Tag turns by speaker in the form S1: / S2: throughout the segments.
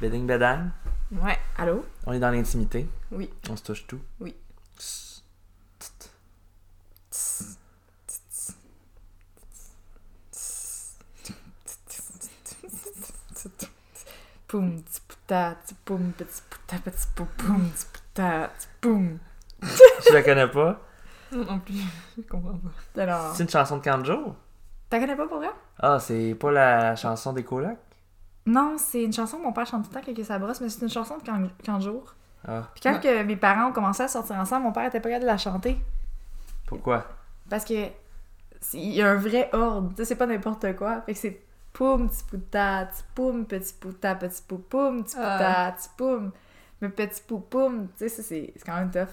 S1: Béding bédang,
S2: Ouais, allô?
S1: on est dans l'intimité.
S2: Oui.
S1: On se touche tout.
S2: Oui.
S1: Tss, tss.
S2: Poum, tsi pouta, tsi poum, petit pouta, petit pou, poum, tsi pouta, tsi poum.
S1: Je la connais pas.
S2: Non, non plus, je comprends pas. Alors,
S1: C'est une chanson de Kanjo.
S2: t'en connais pas pour vrai?
S1: Ah, c'est pas la chanson des colocs?
S2: Non, c'est une chanson que mon père chante tout le temps avec sa brosse, mais c'est une chanson de quand, quand jour.
S1: Ah,
S2: Puis quand que mes parents ont commencé à sortir ensemble, mon père était pas capable de la chanter.
S1: pourquoi?
S2: Parce que c'est- il y a un vrai ordre, tu sais, c'est pas n'importe quoi. Fait que c'est poum, petit pouta, petit poum, petit pouta, petit pou poum, petit pouta, petit poum. Mais petit pou poum, tu sais, ça, c'est c'est quand même tough.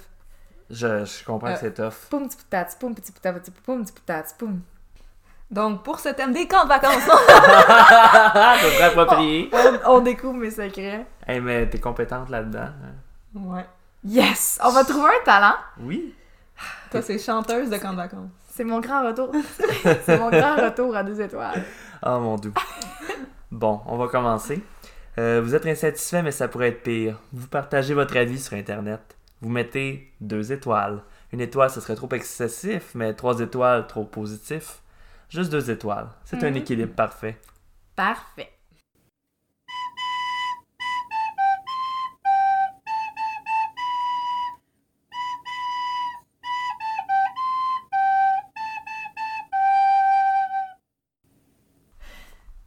S1: Je, je comprends
S3: Euh.
S1: que c'est tough.
S2: Poum, petit pouta, petit poum, petit pouta, petit pou poum, petit pouta, petit poum.
S3: Donc, pour ce thème des camps de vacances, non?
S1: Ah, je devrais approprier.
S2: On, on découvre mes secrets.
S1: Hey, mais t'es compétente là-dedans. hein?
S3: ouais.
S2: Yes! On va trouver un talent.
S1: Oui.
S3: Toi, c'est chanteuse de camp de vacances.
S2: C'est mon grand retour. c'est mon grand retour à deux étoiles.
S1: Oh mon dieu. Bon, on va commencer. Euh, vous êtes insatisfait, mais ça pourrait être pire. Vous partagez votre avis sur Internet. Vous mettez deux étoiles. Une étoile, ce serait trop excessif, mais trois étoiles, trop positif. Juste deux étoiles. C'est un
S2: Mhm.
S1: équilibre parfait.
S2: Parfait.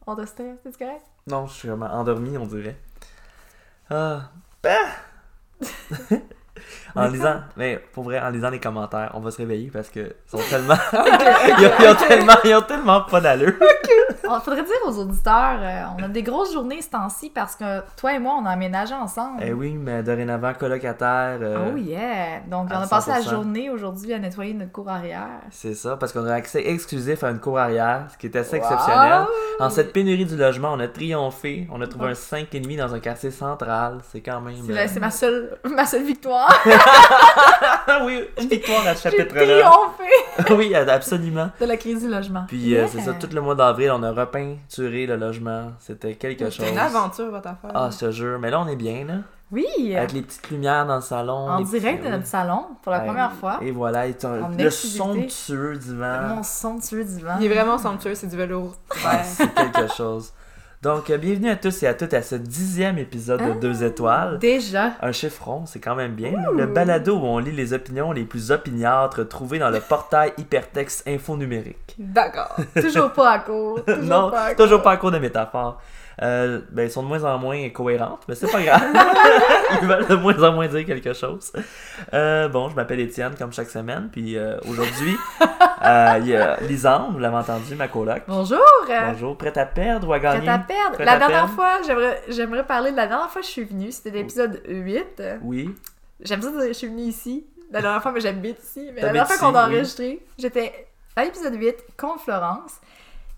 S2: On doit se taire, c'est correct?
S1: Non, je suis vraiment endormi, on dirait. Ah, bah! en lisant, mais pour vrai, en lisant les commentaires, on va se réveiller parce que ils sont tellement, ils, ont, ils ont tellement, ils ont tellement pas d'allure.
S2: On faudrait dire aux auditeurs, euh, on a des grosses journées ce temps-ci parce que toi et moi, on a emménagé ensemble.
S1: Eh oui, mais dorénavant colocataire. euh,
S2: Oh yeah! Donc,
S1: à
S2: on a passé la
S1: 100%.
S2: journée aujourd'hui à nettoyer notre cour arrière.
S1: C'est ça, parce qu'on a accès exclusif à une cour arrière, ce qui est assez exceptionnel. En cette pénurie du logement, on a triomphé. On a trouvé un 5,5 dans un quartier central. C'est quand même.
S2: C'est
S1: euh,
S2: la- C'est ma seule, ma seule victoire.
S1: Ah oui, une victoire à ce
S2: J'ai
S1: chapitre-là.
S2: triomphé
S1: oui, absolument.
S2: de la crise du logement.
S1: Puis euh, c'est ça, tout le mois d'avril, on a repeinturé le logement. C'était quelque chose.
S3: C'est une aventure, votre affaire.
S1: Ah, je te jure. Mais là, on est bien, là.
S2: Oui,
S1: Avec les petites lumières dans le salon.
S2: en
S1: les petits-
S2: direct de
S1: oui.
S2: notre salon pour la
S1: Ouais.
S2: première fois.
S1: Et voilà, et t'as-
S2: En
S1: le
S2: exclusivité.
S1: somptueux divan.
S2: Mon somptueux divan.
S3: Il est vraiment somptueux, c'est du velours.
S1: Ah, c'est quelque chose. Donc, euh, bienvenue à tous et à toutes à ce dixième épisode
S2: Ah.
S1: de Deux Étoiles.
S2: Déjà.
S1: Un chiffron, c'est quand même bien. Le balado où on lit les opinions les plus opiniâtres trouvées dans le portail hypertexte infonumérique.
S3: D'accord.
S2: Toujours pas à court. Toujours
S1: Non,
S2: pas à court.
S1: toujours pas à court de métaphores. Euh, ben, ils sont de moins en moins cohérentes, mais c'est pas grave. ils veulent de moins en moins dire quelque chose. Euh, bon, je m'appelle Étienne, comme chaque semaine, puis euh, aujourd'hui, euh, il y a Lisanne, vous l'avez entendu, ma coloc.
S2: Bonjour. euh,
S1: Bonjour, prête à perdre ou à
S2: Prête
S1: gagner?
S2: à perdre.
S1: Prête
S2: la
S1: à
S2: dernière
S1: perdre. Oh.
S2: fois, j'aimerais j'aimerais parler de la dernière fois que je suis venue. C'était l'épisode 8.
S1: Oui.
S2: J'aime ça dire que je suis venue ici. La dernière fois, mais j'habite ici. Mais la
S1: T'habites
S2: dernière fois qu'on a
S1: ici, oui.
S2: enregistré, j'étais à l'épisode 8 contre Florence.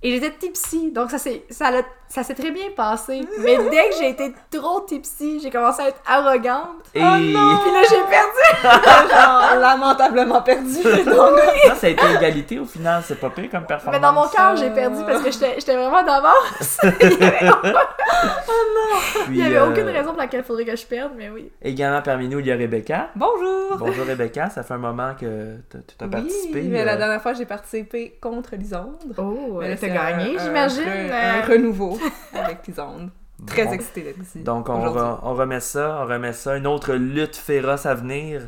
S2: Et j'étais tipsy, donc ça s'est ça l'a- ça s'est très bien passé. Mais dès que j'ai été trop tipsy, j'ai commencé à être arrogante.
S1: Et
S2: Puis là, j'ai perdu.
S3: Genre, lamentablement perdu. Donc,
S1: ça, ça a été égalité au final, c'est pas pire comme performance.
S2: Mais dans mon cœur, j'ai perdu parce que j'étais j'étais vraiment d'avance. Il y avait, il y
S1: Puis,
S2: avait
S1: euh,
S2: aucune raison pour laquelle il faudrait que je perde, mais oui.
S1: Également parmi nous, il y a Rebecca.
S3: Bonjour!
S1: Bonjour Rebecca, ça fait un moment que t- tu as
S3: Oui,
S1: participé.
S3: mais
S1: euh,
S3: la dernière fois, j'ai participé contre Lisandre.
S2: Oh,
S3: Mais là,
S2: elle t'a
S3: c'est
S2: gagné,
S3: un- un
S2: j'imagine.
S3: re-
S2: Euh,
S3: Un renouveau avec Lisandre. Très
S1: bon.
S3: excité d'être ici.
S1: Donc on,
S3: aujourd'hui.
S1: re- on remet ça, on remet ça, une autre lutte féroce à venir.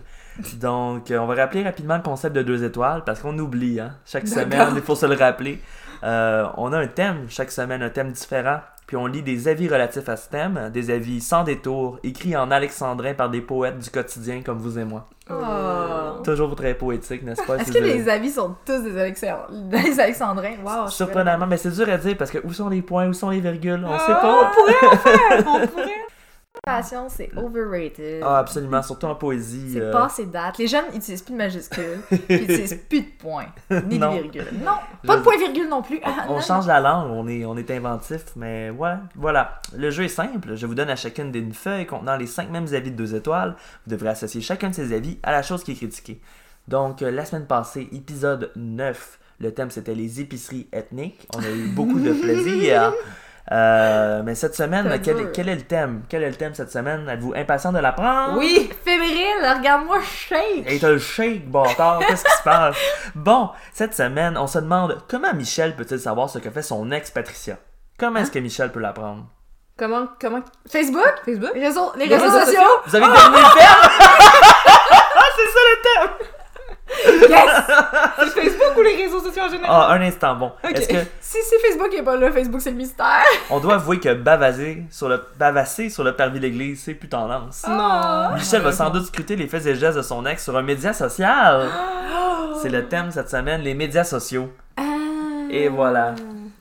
S1: Donc euh, on va rappeler rapidement le concept de deux étoiles parce qu'on oublie, hein. Chaque semaine, il faut se le rappeler. Euh, on a un thème chaque semaine, un thème différent. Puis on lit des avis relatifs à ce thème, des avis sans détour, écrits en alexandrin par des poètes du quotidien comme vous et moi.
S2: Oh.
S1: Toujours très poétique, n'est-ce pas? ces
S2: Est-ce que
S1: élèves?
S2: les avis sont tous des, Alexan- des Alexandrins? Wow, je suis
S1: Surprenamment, mais c'est dur à dire parce que où sont les points, où sont les virgules, on sait
S3: Ah,
S1: pas.
S3: On pourrait en faire! On pourrait!
S2: Passion, c'est overrated.
S1: Ah, absolument, surtout en poésie.
S2: c'est
S1: euh,
S2: passé date. Les jeunes n'utilisent plus de majuscules, puis ils n'utilisent plus de points, ni de
S1: Non.
S2: virgule. Non, pas de
S1: Je-
S2: point virgule non plus. Ah,
S1: On
S2: non,
S1: change la langue, on est, on est inventif, mais ouais, voilà. Le jeu est simple, je vous donne à chacune des une feuille contenant les cinq mêmes avis de deux étoiles. Vous devrez associer chacun de ces avis à la chose qui est critiquée. Donc, euh, la semaine passée, épisode 9, le thème c'était les épiceries ethniques. On a eu beaucoup de plaisir. Euh, mais cette semaine,
S2: C'est
S1: quel,
S2: dur.
S1: quel est le thème? Quel est le thème cette semaine? Êtes-vous impatient de l'apprendre?
S3: Oui!
S2: Févrile, regarde-moi, je shake!
S1: Et t'as le shake, bâtard, qu'est-ce qui se passe? Bon, cette semaine, on se demande comment Michel peut-il savoir ce que fait son ex Patricia? Comment est-ce que
S3: Hein?
S1: Michel peut l'apprendre?
S3: Comment, comment,
S2: Facebook?
S3: Facebook?
S2: Les réseaux, les
S3: Les
S2: réseaux
S3: réseaux
S2: sociaux?
S1: Vous avez deviné le thème? C'est ça le thème!
S2: Yes!
S3: C'est Ah, Facebook ou les réseaux sociaux en général?
S1: Ah, un instant, bon.
S3: Ok.
S1: Est-ce que
S2: Si, si Facebook est pas là, Facebook c'est le mystère!
S1: on doit avouer que bavaser sur le, bavasser sur le parvis de l'église, c'est plus
S3: Ah,
S1: tendance?
S3: Non!
S1: Michel va sans doute scruter les faits et gestes de son ex sur un média social. C'est le thème cette semaine, les médias sociaux. Et
S3: Hmm. Euh,
S1: voilà.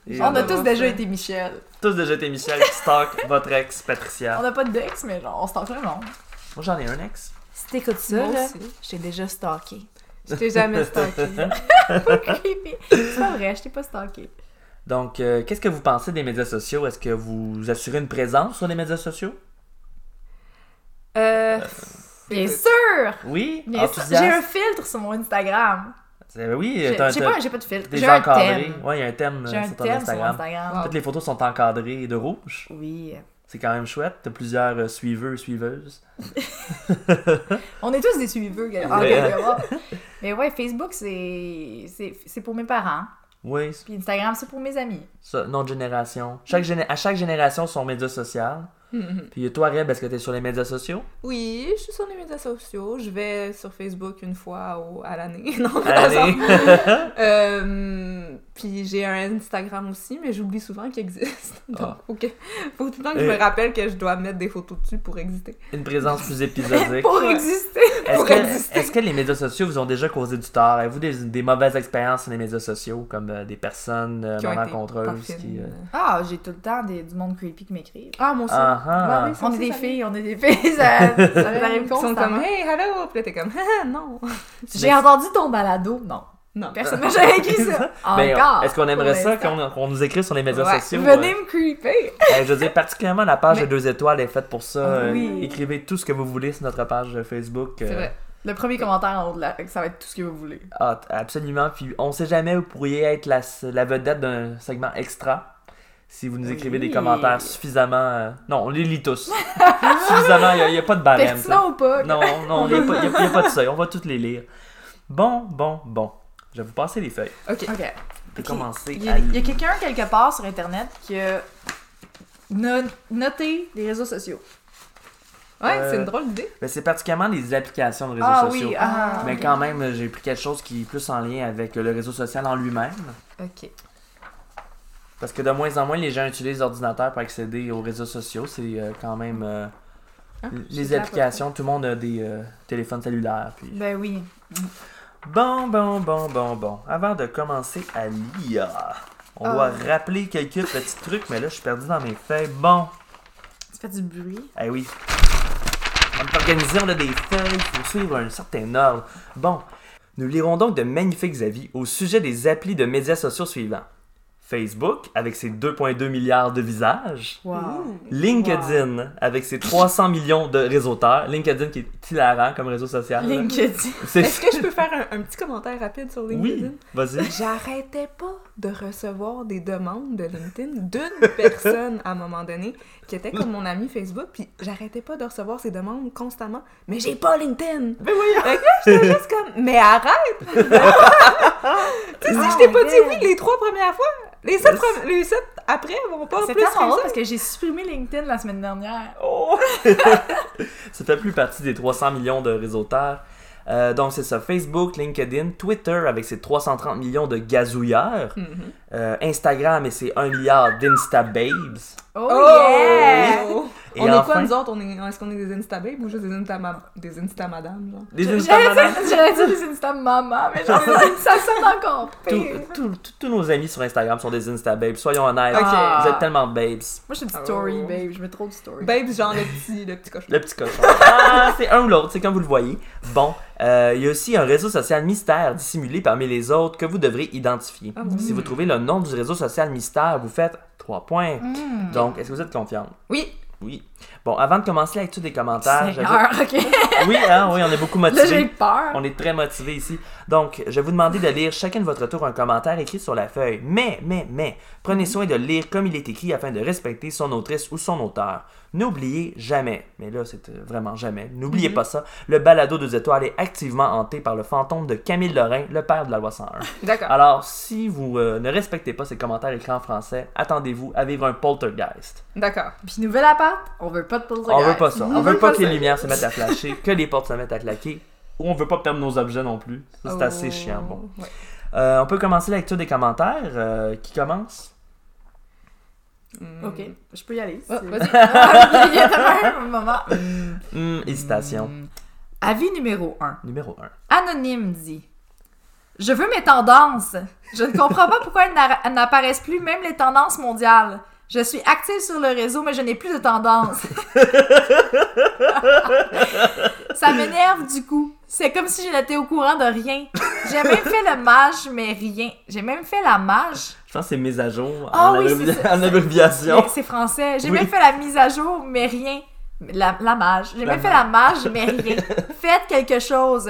S1: Et
S2: On
S1: on
S2: a
S1: a
S2: tous
S3: vraiment
S2: déjà
S3: ça.
S2: été Michel.
S1: tous déjà été Michel qui stalk votre ex, Patricia.
S2: On n'a pas d'ex, mais genre, on se tente le monde.
S1: Moi, j'en ai un ex.
S2: Si t'écoutes ça,
S3: Moi
S2: là,
S3: aussi.
S2: je t'ai déjà stalké.
S3: Je t'ai jamais stalké.
S2: Creepy. c'est pas vrai, je t'ai pas stalké.
S1: Donc, euh, qu'est-ce que vous pensez des médias sociaux? Est-ce que vous assurez une présence sur les médias sociaux?
S3: Euh.
S2: Bien sûr!
S1: Oui?
S2: Bien sûr. J'ai un
S1: Enthousiaste?
S2: filtre sur mon Instagram.
S1: Euh, Oui,
S2: J'ai
S1: t'as-
S2: j'ai
S1: t'as
S2: pas, j'ai pas de filtre.
S1: des
S2: J'ai un
S1: encadrés.
S2: thème.
S1: Ouais, il y a un thème euh,
S2: J'ai un
S1: sur ton
S2: thème sur mon
S1: Instagram.
S2: Instagram.
S1: Toutes les photos sont encadrées de rouge.
S2: Oui.
S1: C'est quand même chouette. T'as plusieurs euh, suiveurs, suiveuses.
S2: On est tous des suiveurs, gars.
S1: Ouais.
S2: Encore une fois. Mais ouais, Facebook, c'est c'est- c'est pour mes parents.
S1: Oui, c'est
S2: Puis Instagram, c'est pour mes amis.
S1: ça, nom de génération. Chaque géné- à chaque génération, son média social.
S3: Mhm.
S1: Puis toi, Reb, est-ce que t'es sur les médias sociaux?
S3: Oui, je suis sur les médias sociaux. Je vais sur Facebook une fois au- à l'année. Non,
S1: Allez!
S3: Euh, puis j'ai un Instagram aussi, mais j'oublie souvent qu'il existe. Donc,
S1: Ah.
S3: faut, que- faut tout le temps que je me
S1: Et-
S3: rappelle que je dois mettre des photos dessus pour exister.
S1: Une présence plus épisodique.
S2: Pour
S3: Ouais.
S2: exister!
S1: Est-ce
S3: pour
S1: que,
S3: exister.
S1: est-ce que les médias sociaux vous ont déjà causé du tort? Avez-vous des, des mauvaises expériences sur les médias sociaux, comme euh, des personnes euh,
S3: Qui
S1: non
S3: ont été
S1: rencontreuses
S3: parfaites.
S1: qui... euh,
S2: Ah, j'ai tout le temps des- du monde creepy qui m'écrit.
S3: Ah, mon sang.
S1: Ah, ah.
S3: Bah oui, ça
S2: On
S3: aussi,
S2: est des
S3: ça
S2: filles, on est des filles, ça, ça nous
S3: arrive.
S2: arrive
S3: Ils sont
S2: constamment.
S3: comme Hey, hello! Puis là, t'es comme Ah, non!
S2: J'ai entendu ton balado, non.
S3: Non.
S2: Personne n'a jamais écrit ça.
S1: Mais, euh,
S2: Encore.
S1: est-ce qu'on aimerait
S2: pour
S1: ça
S2: l'instant.
S1: qu'on, qu'on nous écrit sur les médias
S3: Ouais.
S1: sociaux?
S2: Venez
S1: euh,
S2: me creeper.
S1: euh, je veux dire, particulièrement la page
S3: Mais- Ah
S1: de deux étoiles est faite pour ça. euh,
S2: Oui.
S1: écrivez tout ce que vous voulez sur notre page Facebook.
S3: C'est
S1: euh,
S3: vrai.
S2: Le premier commentaire en haut de la... Ça va être tout ce que vous voulez.
S1: Ah, t- absolument. Puis on sait jamais, vous pourriez être la, la vedette d'un segment extra si vous nous écrivez des
S2: Oui.
S1: commentaires suffisamment. euh, Non, on les lit tous. suffisamment, il n'y a, pas de barème. ça.
S2: Pertinent ou pas?
S1: Non, non, il n'y a, pas- y a pas de seuil. On va toutes les lire. Bon, bon, bon. Je vais vous passer les feuilles.
S3: Ok.
S2: Ok.
S1: On peut
S2: Ok.
S1: commencer.
S2: Il y
S1: à
S2: a, il y a
S1: lire.
S2: quelqu'un quelque part sur Internet qui a no- noté les réseaux sociaux.
S3: Ouais,
S1: Euh,
S3: c'est une drôle d'idée.
S1: Ben, c'est particulièrement les applications de réseaux
S2: ah
S1: sociaux.
S2: oui, ah,
S1: Mais
S2: ok.
S1: quand même, j'ai pris quelque chose qui est plus en lien avec le réseau social en lui-même.
S2: Ok.
S1: Parce que de moins en moins, les gens utilisent l'ordinateur pour accéder aux réseaux sociaux. C'est euh, quand même. euh,
S2: Ah,
S3: Hein? Je
S1: les
S3: sais pas.
S1: applications, tout le monde a des euh, téléphones cellulaires. Puis...
S2: Ben oui.
S1: Bon, bon, bon, bon, bon. Avant de commencer à lire, on doit
S3: Ah.
S1: rappeler quelques petits trucs, mais là, je suis perdu dans mes feuilles. Bon,
S2: Tu fais du bruit.
S1: eh oui. On est organisé, on a des feuilles, pour suivre un certain ordre. Bon, nous lirons donc de magnifiques avis au sujet des applis de médias sociaux suivants. Facebook, avec ses 2,2 milliards de visages.
S2: Wow.
S1: LinkedIn, avec ses 300 millions de réseauteurs. LinkedIn qui est hilarant comme réseau social. là.
S2: LinkedIn.
S1: C'est
S3: Est-ce que je peux faire un, un petit commentaire rapide sur LinkedIn?
S1: Oui, vas-y.
S3: J'arrêtais pas de recevoir des demandes de LinkedIn d'une personne à un moment donné qui était comme mon ami Facebook, puis j'arrêtais pas de recevoir ces demandes constamment. Mais j'ai pas LinkedIn! Mais oui! Fait que là, j'étais juste comme, mais arrête! tu sais, si je t'ai pas dit oui les trois premières fois, les sept, premi- les sept après vont pas
S2: C'est
S3: plus que
S2: tellement drôle
S3: ça.
S2: parce que j'ai supprimé LinkedIn la semaine dernière.
S1: Oh! ça fait plus partie des 300 millions de réseauteurs. Euh, donc, c'est ça. Facebook, LinkedIn, Twitter avec ses 330 millions de gazouilleurs.
S3: Mhm.
S1: Euh, Instagram et ses 1 milliard d'Instababes.
S2: Oh,
S3: Oh!
S2: yeah!
S1: Et
S3: On est quoi,
S1: enfin,
S3: nous autres? On est- Est-ce qu'on est des instababes ou juste des, instama... des instamadames, genre?
S1: des
S2: J'allais
S1: Instamadames.
S2: dire- J'allais dire des Insta maman, mais genre, ça sonne encore
S1: Tous
S2: pire.
S1: tous- tous- tous nos amis sur Instagram sont des Instababes. Soyons honnêtes.
S3: Ok.
S1: Vous êtes tellement babes.
S2: Moi, je suis une story,
S3: Oh.
S2: babe. Je mets trop de story.
S1: Ben,
S3: Babes, genre le petit, le petit cochon.
S1: Le petit cochon. Ah, c'est un ou l'autre, c'est comme vous le voyez. Bon, euh, il y a aussi un réseau social mystère dissimulé parmi les autres que vous devrez identifier.
S3: Ah bon?
S1: Si vous trouvez le nom du réseau social mystère, vous faites 3 points.
S2: Hmm.
S1: Donc, est-ce que vous êtes confiante?
S3: Oui!
S1: Oui. Bon, avant de commencer la lecture des commentaires, je vais-
S2: Seigneur, ok.
S1: oui, hein, oui, on est beaucoup
S2: Là, j'ai
S1: motivés.
S2: peur.
S1: On est très motivés ici. Donc, je vais vous demander de lire chacun de votre tour un commentaire écrit sur la feuille. Mais, mais, mais, prenez soin de le lire comme il est écrit afin de respecter son autrice ou son auteur. N'oubliez jamais, mais là, c'est euh, vraiment jamais, n'oubliez
S2: Mm-hmm.
S1: pas ça, le balado deux étoiles est activement hanté par le fantôme de Camille Lorrain, le père de la loi 101.
S3: D'accord.
S1: Alors, si vous euh, ne respectez pas ces commentaires écrits en français, attendez-vous à vivre un poltergeist.
S3: D'accord.
S2: Puis nouvelle appart, on veut pas de poltergeist.
S1: On veut pas ça. On veut pas que les
S3: ça.
S1: lumières se mettent à flasher, que les portes se mettent à claquer. Ou on veut pas perdre nos objets non plus. Ça, c'est assez
S3: Oh.
S1: chiant. Bon.
S3: Ouais.
S1: Euh, on peut commencer la lecture des commentaires. Euh, qui commence
S3: Hmm.
S2: Ok, je peux y aller.
S3: Oh,
S2: si-
S3: vas-y.
S2: Il y a vraiment un moment.
S1: Hum, Hésitation.
S2: Hmm. Avis numéro 1.
S1: Numéro 1.
S2: Anonyme dit Je veux mes tendances. Je ne comprends pas pourquoi elles n'a- elles n'apparaissent plus, même les tendances mondiales. Je suis active sur le réseau, mais je n'ai plus de tendance. Ça m'énerve du coup. C'est comme si je n'étais au courant de rien. J'ai même fait le mage, mais rien. J'ai même fait la mage.
S1: Je pense que c'est mise à jour
S2: Ah
S1: en,
S2: oui,
S1: abrévi-
S2: c'est ça,
S1: en
S2: c'est-
S1: abréviation.
S2: Mais C'est français. J'ai
S1: Oui.
S2: même fait la mise à jour, mais rien. La, la mage. J'ai
S1: La
S2: même fait la mage, mais rien. Faites quelque chose.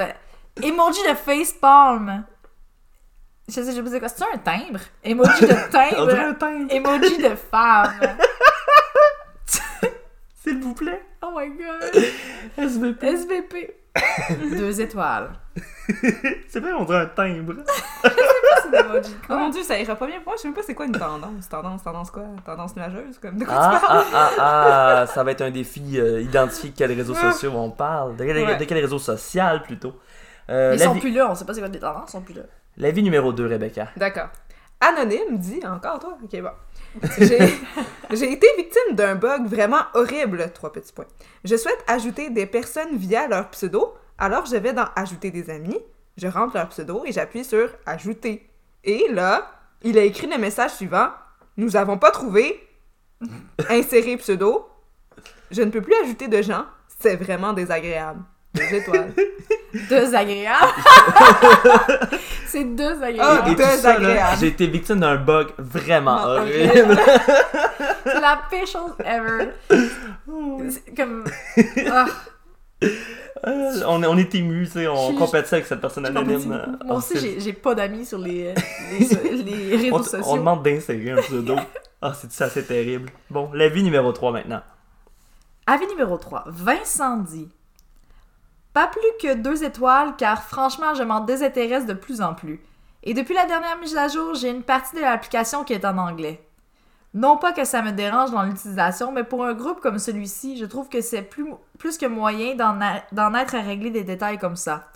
S2: Emoji de facepalm. Je sais, je vous quoi. C'est un timbre? Emoji de
S1: On dirait un
S2: timbre.
S1: timbre.
S2: Emoji de femme.
S1: S'il vous plaît.
S2: Oh my god.
S1: SVP.
S2: Euh. SVP. Deux étoiles.
S1: C'est vrai, on dirait un timbre.
S2: C'est des emojis de
S3: Oh
S2: quoi?
S3: mon dieu, ça ira pas bien pour moi. Je sais même pas c'est quoi une tendance. Tendance, tendance quoi Tendance nuageuse comme de quoi
S1: Ah, ah, ah, ah, ça va être un défi, euh, identifier quels réseaux
S2: Ah.
S1: sociaux on parle, de, de-
S3: Ouais.
S1: de quel réseau social plutôt. Euh,
S2: Ils sont
S1: l'avis,
S2: plus là, on sait pas c'est quoi des tendances, ils sont plus là.
S1: l'avis numéro 2, Rebecca.
S3: D'accord. Anonyme dit encore toi. Ok, bon. J'ai- J'ai été victime d'un bug vraiment horrible. Trois petits points. Je souhaite ajouter des personnes via leur pseudo. Alors je vais dans Ajouter des amis. Je rentre leur pseudo et j'appuie sur Ajouter. Et là, il a écrit le message suivant Nous avons pas trouvé. Insérer pseudo. Je ne peux plus ajouter de gens. C'est vraiment désagréable. Deux étoiles.
S2: Deux agréables. c'est deux
S3: Ah,
S1: Et- et
S2: agréables.
S1: tout ça,
S3: désagréable.
S1: là, j'ai été victime d'un bug vraiment
S2: Non,
S1: horrible.
S2: C'est la pire chose ever.
S1: Oh,
S2: C'est comme. Ah.
S1: Euh, on, on est ému, tu sais,
S2: Je
S1: on
S2: suis-
S1: compète ça avec cette personne
S2: Je comprends
S1: anonyme.
S2: pas
S1: euh,
S2: beaucoup. Moi aussi,
S1: hors
S2: j'ai- j'ai pas d'amis sur les, euh, les, so- les
S1: On,
S2: réseaux
S1: te-
S2: sociaux.
S1: on demande d'insérer un pseudo. Ah, c'est ça, c'est terrible. Bon, l'avis numéro 3 maintenant.
S2: Avis numéro 3. Vincent dit Pas plus que deux étoiles, car franchement, je m'en désintéresse de plus en plus. Et depuis la dernière mise à jour, j'ai une partie de l'application qui est en anglais. Non pas que ça me dérange dans l'utilisation, mais pour un groupe comme celui-ci, je trouve que c'est plus, plus que moyen d'en a- d'en être à régler des détails comme ça.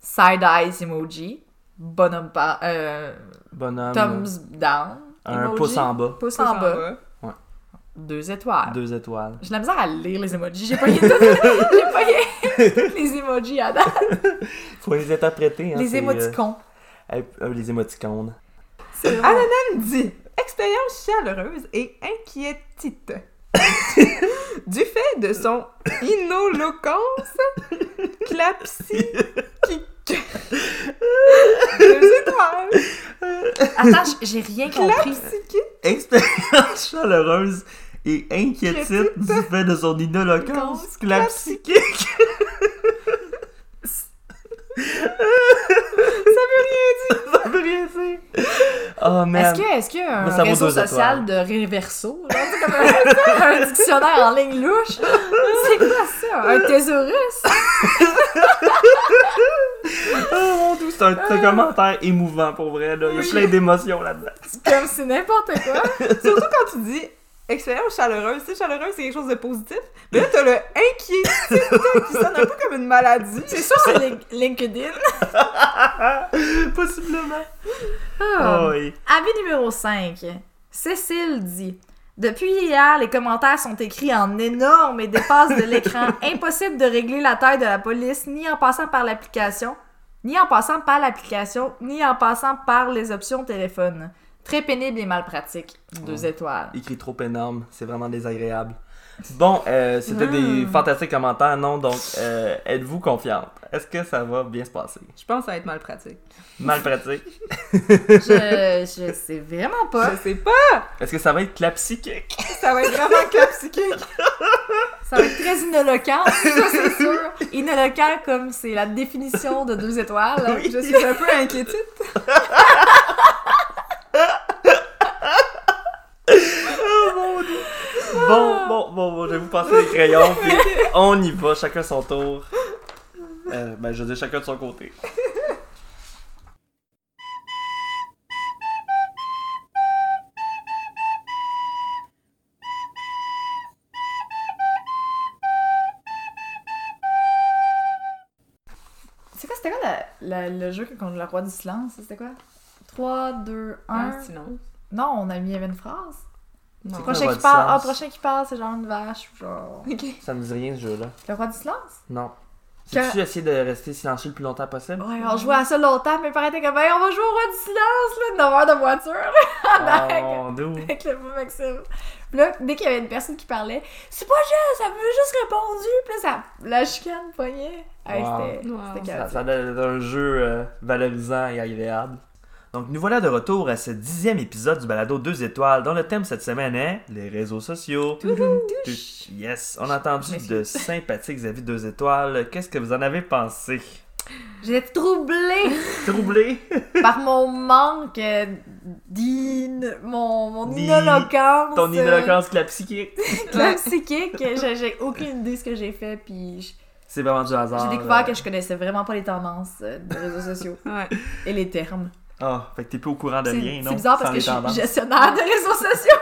S2: Side-eyes emoji, bonhomme par. euh,
S1: Bonhomme,
S2: thumbs down,
S1: un
S2: emoji.
S1: pouce en bas,
S2: pouce en bas, euh, deux étoiles.
S1: deux étoiles.
S2: J'ai de la misère à lire les emojis. J'ai pas tout... J'ai pas les emojis à date.
S1: Faut les interpréter. Hein,
S2: les
S1: c'est, euh,
S2: émoticons.
S1: euh, euh, les émoticônes.
S2: C'est vraiment-
S3: Anonyme dit expérience chaleureuse et inquiétite. du fait de son inoloquence, clapsy, qui. Deux étoiles,
S2: Attends, j- j'ai rien compris.
S3: clapsy,
S1: Expérience chaleureuse et inquiétante du fait de son inoloquence
S2: Inconse-
S1: clapsychique. Ça veut rien dire. Ça veut rien dire. Oh, man.
S2: Est-ce que, est-ce qu'il y a un
S1: Moi, ça vaut
S2: réseau
S1: deux
S2: social de réverso? là? C'est comme un, un dictionnaire en ligne louche. C'est quoi ça? Un thésaurus?
S1: Oh mon dieu, c'est un, c'est un commentaire émouvant pour vrai. Là. Il y a
S2: Ah. Oui.
S1: plein d'émotions là-dedans.
S2: C'est comme c'est n'importe quoi.
S3: Surtout quand tu dis expérience chaleureuse, tu sais, chaleureuse c'est quelque chose de positif, mais là t'as le inquiétite qui sonne un peu comme une maladie.
S2: C'est sûr, c'est Link- LinkedIn.
S1: Possiblement.
S2: Ah.
S1: Oh, oui.
S2: Avis numéro 5. Cécile dit Depuis hier, les commentaires sont écrits en énorme et dépassent de l'écran. Impossible de régler la taille de la police, ni en passant par l'application, ni en passant par l'application, ni en passant par les options téléphone. Très pénible et mal pratique. Deux
S1: Ouais.
S2: étoiles.
S1: Écrit trop énorme, c'est vraiment désagréable. Bon, euh, c'était des
S2: Mm.
S1: fantastiques commentaires, non? Donc, euh, êtes-vous confiante? Est-ce que ça va bien se passer?
S3: Je pense que ça va être mal pratique.
S1: Mal pratique.
S2: je, je sais vraiment pas.
S3: Je sais pas,
S1: Est-ce que ça va être clapsique?
S3: ça va être vraiment clapsique.
S2: Ça va être très inoloquant, ça c'est sûr. Inoloquant comme c'est la définition de deux étoiles.
S1: Oui.
S3: Je suis un peu inquiétude.
S1: Bon, bon, bon, bon, je vais vous passer les crayons, puis on y va, chacun son tour. Euh, ben, je dis chacun de son côté.
S2: C'est quoi, c'était quoi la- la- le jeu contre le roi du silence? C'était quoi? 3, 2, 1.
S3: Ah, sinon.
S2: non, on a mis il y avait une phrase.
S3: Non.
S1: quoi?
S2: Prochain
S1: roi
S2: qui
S1: du
S2: parle. Ah,
S1: silence.
S2: prochain qui parle, c'est genre une vache ou genre.
S3: Ok.
S1: Ça me dit rien, ce jeu-là.
S2: Le roi du silence?
S1: Non.
S2: Que-
S1: J'ai-tu essayé de rester silencieux le plus longtemps possible?
S2: Ouais, on jouait à ça longtemps, mes parents étaient comme, Hey, ben, on va jouer au roi du silence, là, 9 heures de voiture,
S1: Ah, mon doux.
S2: avec le beau Maxime. Puis là, dès qu'il y avait une personne qui parlait, c'est pas juste, ça veut juste répondu, puis là, ça, la chicane poignée. Hey,
S1: Wow.
S2: c'était
S3: Wow.
S2: c'était
S1: Ça,
S2: chaotique.
S1: ça doit être un jeu euh, valorisant et agréable. Donc, nous voilà de retour à ce dixième épisode du balado 2 étoiles, dont le thème cette semaine est les réseaux sociaux. Touche. Yes, on a entendu de sympathiques avis 2 étoiles. Qu'est-ce que vous en avez pensé?
S2: J'étais troublée
S1: Troublé?
S2: par mon manque euh, d'in... mon, mon
S1: Ni-
S2: inoloquence.
S1: Ton
S2: euh,
S1: inoloquence clapsique?
S2: la psychique. J'ai j'ai aucune idée de ce que j'ai fait, puis j-
S1: C'est vraiment du hasard.
S2: j'ai découvert
S1: euh.
S2: que je connaissais vraiment pas les tendances euh, des réseaux sociaux
S3: Ouais.
S2: et les termes.
S1: Ah, fait que t'es plus au courant de
S2: C'est
S1: rien, non?
S2: c'est bizarre parce
S1: Sans
S2: que
S1: les
S2: je suis
S1: tendances.
S2: gestionnaire de réseaux sociaux.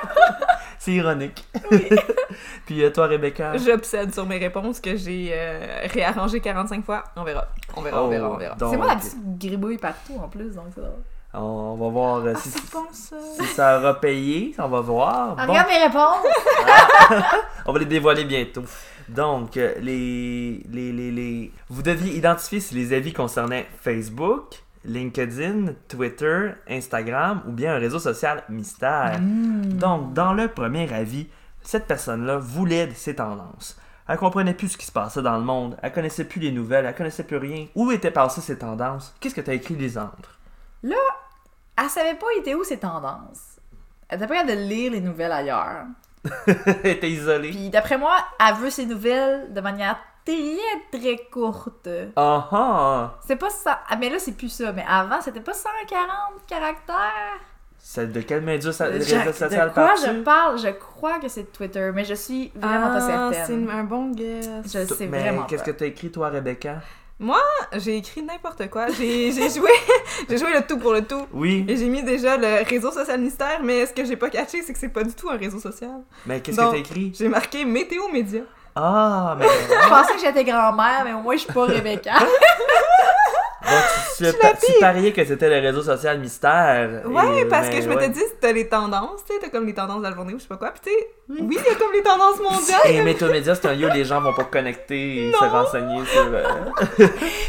S1: C'est ironique.
S2: Oui.
S1: Puis euh, toi, Rebecca?
S3: J'obsède sur mes réponses que j'ai euh, réarrangées 45 fois. On verra. On verra, on
S1: Oh,
S3: verra, on verra.
S1: donc,
S2: C'est moi la petite gribouille partout en plus, donc c'est drôle.
S1: On va voir euh,
S3: Ah,
S1: si,
S3: c'est bon ça.
S1: si ça aura payé. On va voir.
S2: Ah,
S1: Bon.
S2: Regarde mes réponses!
S1: On va les dévoiler bientôt. Donc, euh, les, les, les, les- Vous deviez identifier si les avis concernaient Facebook, LinkedIn, Twitter, Instagram ou bien un réseau social mystère.
S2: Hmm.
S1: Donc, dans le premier avis, cette personne-là voulait ses tendances. Elle comprenait plus ce qui se passait dans le monde, elle connaissait plus les nouvelles, elle connaissait plus rien. Où étaient passées ces tendances? Qu'est-ce que t'as écrit, Lisandre?
S2: Elle savait pas était où ses tendances. Elle était pas capable de lire les nouvelles ailleurs.
S1: Elle était isolée.
S2: Puis d'après moi, elle veut ses nouvelles de manière très très courte.
S1: Ah ah!
S2: C'est pas ça. Ah, mais là, c'est plus ça. Mais avant, c'était pas 140 caractères.
S1: C'est de quelle main ça,
S2: Je-
S1: les réseaux sociaux
S2: de quoi
S1: parles-tu?
S2: je parle Je crois que c'est de Twitter, mais je suis vraiment pas
S3: Ah, C'est
S2: certaine.
S3: un bon guess.
S2: Je sais
S1: Mais
S2: vraiment
S1: qu'est-ce
S2: pas.
S1: que t'as écrit, toi, Rebecca?
S3: Ah, J'ai écrit n'importe quoi. J'ai j'ai joué, j'ai joué le tout pour le tout.
S1: Oui,
S3: Et j'ai mis déjà le réseau social mystère, mais ce que j'ai pas catché, c'est que c'est pas du tout un réseau social.
S1: mais qu'est-ce
S3: Donc-
S1: que t'as écrit?
S3: J'ai marqué météo média.
S1: Ah, mais
S2: Je pensais que j'étais grand-mère, mais au moins, je suis pas Rebecca.
S1: donc, tu, tu-
S3: l'as
S1: tu pariais que c'était le réseau social mystère.
S3: Ouais,
S1: Et,
S3: parce
S1: mais
S3: que je
S1: Eh ben ouais.
S3: m'étais dit, t'as les tendances, tu sais, t'as comme les tendances de la journée ou je sais pas quoi. Puis tu sais, oui, il y a comme les tendances mondiales.
S1: Et Métomédia, c'est un lieu où les gens vont pas connecter et se renseigner sur. euh,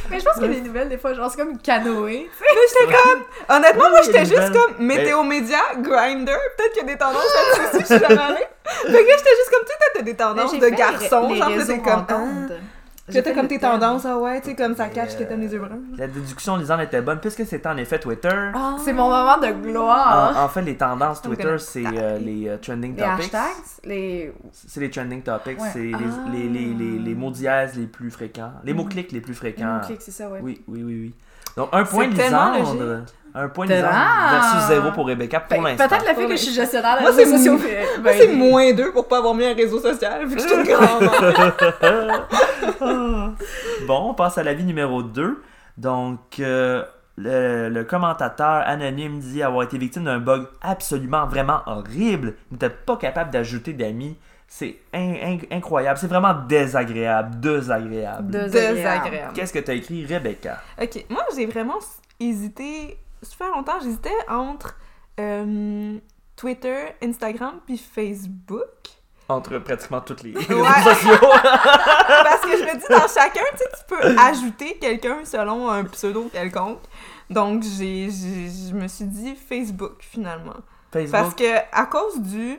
S2: mais je pense que les nouvelles, des fois, genre, c'est comme une canoë.
S3: Là, j'étais comme. Honnêtement, moi,
S1: Oui,
S3: j'étais
S1: les
S3: juste
S1: nouvelles.
S3: comme météo média, grinder. Peut-être qu'il y a des tendances là-dessus, je suis jamais allée. Fait que là, j'étais juste comme, tu sais, t'as des tendances
S2: J'ai
S3: de
S2: fait les-
S3: garçons,
S2: les
S3: genre, là,
S2: réseaux
S3: t'es comme. ah.
S2: rencontres.
S3: Puis
S2: J'ai
S3: là, t'as
S2: fait
S3: comme
S2: le
S3: tes
S2: thème.
S3: tendances, ah ouais, tu sais, comme ça cache
S1: euh,
S3: que t'aimes les yeux bruns.
S1: La déduction, Lisande était bonne, puisque c'était en effet Twitter.
S2: C'est mon
S1: Ah,
S2: moment de gloire.
S3: Ah,
S1: En, en fait, les tendances
S3: On
S1: Twitter,
S3: connaît.
S1: c'est euh, les euh, trending
S2: Les
S1: topics.
S2: hashtags, les.
S1: C'est les trending topics,
S2: Ouais.
S1: c'est les,
S3: Ah.
S1: les, les, les, les mots dièses les plus fréquents, les
S2: Mm.
S1: mots clics les plus fréquents.
S2: Ok, c'est ça, ouais.
S1: Oui, oui, oui, oui. Donc, un point de
S3: tellement
S1: Lisandre. Un point de
S2: Tellement.
S1: Lisandre versus zéro pour Rebecca
S2: Fait-
S1: pour l'instant.
S2: Peut-être le fait
S3: Pour
S2: que je suis gestionnaire de
S3: Moi,
S2: réseaux
S3: c'est
S2: sociaux.
S3: mou.
S2: ben,
S3: Moi, c'est moins deux pour pas avoir mis un réseau social, vu que j'étais une grand-mère.
S1: Bon, on passe à l'avis numéro 2. Donc, euh, le, le commentateur anonyme dit avoir été victime d'un bug absolument vraiment horrible. Il n'était pas capable d'ajouter d'amis. C'est in- in- incroyable. C'est vraiment désagréable. Désagréable.
S2: Désagréable.
S3: Désagréable.
S1: Qu'est-ce que t'as écrit, Rebecca?
S3: Ok, moi j'ai vraiment s- hésité super longtemps. J'hésitais entre euh, Twitter, Instagram puis Facebook.
S1: Entre pratiquement toutes les
S3: Ouais.
S1: réseaux sociaux.
S3: Parce que je me dis, dans chacun, tu sais, tu peux ajouter quelqu'un selon un pseudo quelconque. Donc, j'ai, j'ai- je me suis dit Facebook, finalement.
S1: Facebook.
S3: Parce que, à cause du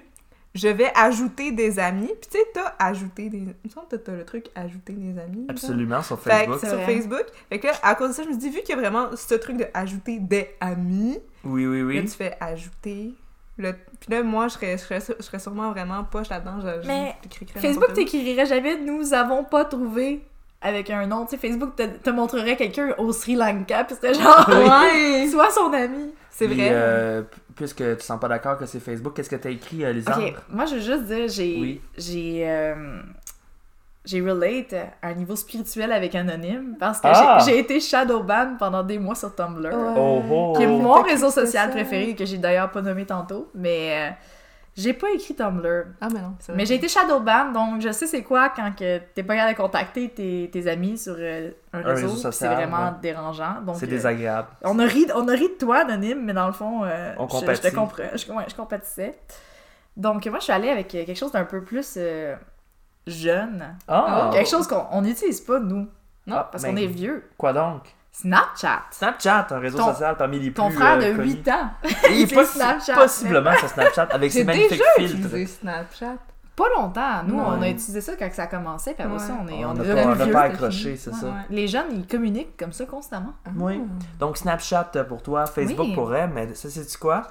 S3: je vais ajouter des amis, puis tu sais, t'as ajouté des. Il me semble que t'as le truc ajouter des amis. genre.
S1: Absolument, sur
S3: Fait
S1: Facebook.
S3: que
S2: C'est
S3: sur
S2: vrai.
S3: Facebook. Fait que là, à cause de ça, je me dis, vu qu'il y a vraiment ce truc de ajouter des amis,
S1: Oui, oui,
S3: là, tu
S1: oui.
S3: fais ajouter. Le... Puis là, moi, je serais, je, serais, je serais sûrement vraiment poche là-dedans. Je, je-
S2: Mais
S3: j'écrirais
S2: Facebook
S3: n'importe quoi.
S2: t'écrirait jamais nous avons pas trouvé avec un nom. Tu sais, Facebook te, te montrerait quelqu'un au Sri Lanka puis serait genre
S3: Ouais!
S2: sois son ami.
S3: C'est
S1: Puis,
S3: vrai.
S1: euh, p- puisque tu sens pas d'accord que c'est Facebook, qu'est-ce que t'as écrit, euh, Lisandre?
S2: Ok, moi je veux juste dire j'ai
S1: Oui.
S2: j'ai euh, j'ai relate à un niveau spirituel avec anonyme parce que
S1: Ah!
S2: j'ai j'ai été shadowban pendant des mois sur Tumblr.
S1: Oh, oh.
S2: qui est
S1: Oh.
S2: mon réseau social
S3: ça.
S2: préféré que j'ai d'ailleurs pas nommé tantôt, mais euh, j'ai pas écrit Tumblr.
S3: Ah, mais non, c'est vrai.
S2: Mais j'ai été shadowban, donc je sais c'est quoi quand que t'es pas capable de contacter tes, tes amis sur euh, un, réseau,
S1: réseau
S2: puis
S1: social,
S2: c'est vraiment
S1: ouais.
S2: dérangeant. Donc,
S1: C'est
S2: euh,
S1: désagréable.
S2: on, a ri, on a ri de toi, anonyme, mais dans le fond, euh,
S1: On
S2: je, je te
S1: compatit.
S2: comprends, je, ouais, je compatissais. Donc moi, je suis allée avec euh, quelque chose d'un peu plus euh, jeune.
S1: Ah!
S3: Oh.
S2: Quelque chose qu'on on n'utilise pas, nous,
S3: Non,
S1: Ah,
S2: parce
S1: ben,
S2: qu'on est vieux.
S1: Quoi donc?
S2: Snapchat.
S1: Snapchat, un réseau
S2: Ton-
S1: social parmi les plus
S2: Ton frère
S1: euh,
S2: de
S1: connus.
S2: 8 ans.
S1: Et
S2: C'est
S1: possi-
S2: Snapchat,
S1: possiblement sur Snapchat avec ses
S3: J'ai
S1: magnifiques
S3: déjà
S1: filtres.
S3: utilisé Snapchat.
S2: Pas longtemps. Nous,
S3: Non.
S2: on a utilisé ça quand ça commençait, puis après
S3: Ouais.
S2: ça, on est,
S1: On
S2: on
S1: n'a
S2: est
S1: pas-
S2: devenu
S1: on n'a
S2: vieux.
S1: pas accroché, c'est ça.
S2: Les jeunes, ils communiquent comme ça constamment.
S3: Ah.
S1: Oui. Donc Snapchat pour toi, Facebook
S2: Mm. Oui.
S1: pour elle, mais ça c'est-tu quoi?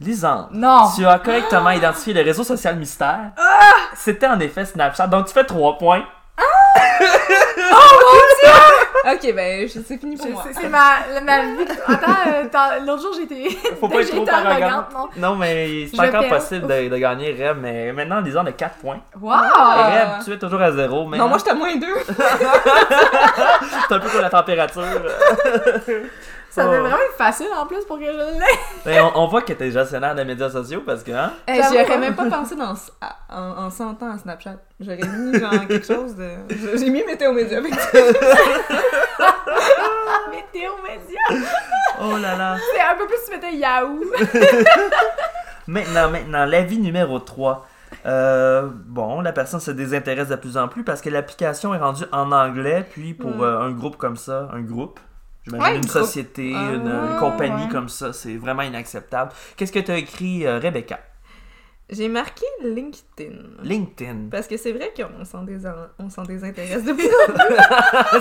S1: Lisandre,
S2: Non! Ah!
S1: tu as correctement identifié le réseau social mystère. C'était en effet Snapchat, donc tu fais 3 points.
S3: Ok, ben, je- c'est fini pour
S2: Je
S3: moi.
S2: sais, C'est ma, la- ma victoire. Attends, euh, t'en- l'autre jour, j'étais
S1: Faut pas être
S2: j'étais
S1: trop
S2: arrogante,
S1: arrogante.
S2: non?
S1: Non, mais c'est
S2: Je
S1: encore
S2: perds.
S1: possible de, de gagner Reb, mais maintenant Lisandre a 4 points.
S2: Wow!
S3: Ah.
S1: Reb, tu es toujours à zéro, mais
S3: Non, moi, j'étais à moins deux.
S1: c'est un peu comme la température.
S2: Ça
S1: Oh.
S2: devait vraiment être facile en plus pour que je l'aie.
S1: mais on, on voit que t'es gestionnaire des médias sociaux parce que, hein?
S3: Eh,
S2: J'avoue.
S3: J'y aurais même pas pensé dans, à- en, en 100 ans à Snapchat. J'aurais mis genre quelque chose de. je- J'ai mis Météo Média avec ça.
S2: Météo média!
S1: Oh là là!
S2: C'est un peu plus tu mettais Yahoo!
S1: Maintenant, maintenant, l'avis numéro 3. bon, la personne se désintéresse de plus en plus parce que l'application est rendue en anglais, puis pour
S3: Mm.
S1: euh, un groupe comme ça, un groupe, j'imagine
S3: Ouais,
S1: une
S3: groupe.
S1: société,
S3: Ah,
S1: une, une compagnie
S3: ouais.
S1: comme ça, c'est vraiment inacceptable. Qu'est-ce que tu as écrit, euh, Rebecca?
S3: J'ai marqué LinkedIn.
S1: LinkedIn.
S3: Parce que c'est vrai qu'on s'en désen- on s'en désintéresse de plus.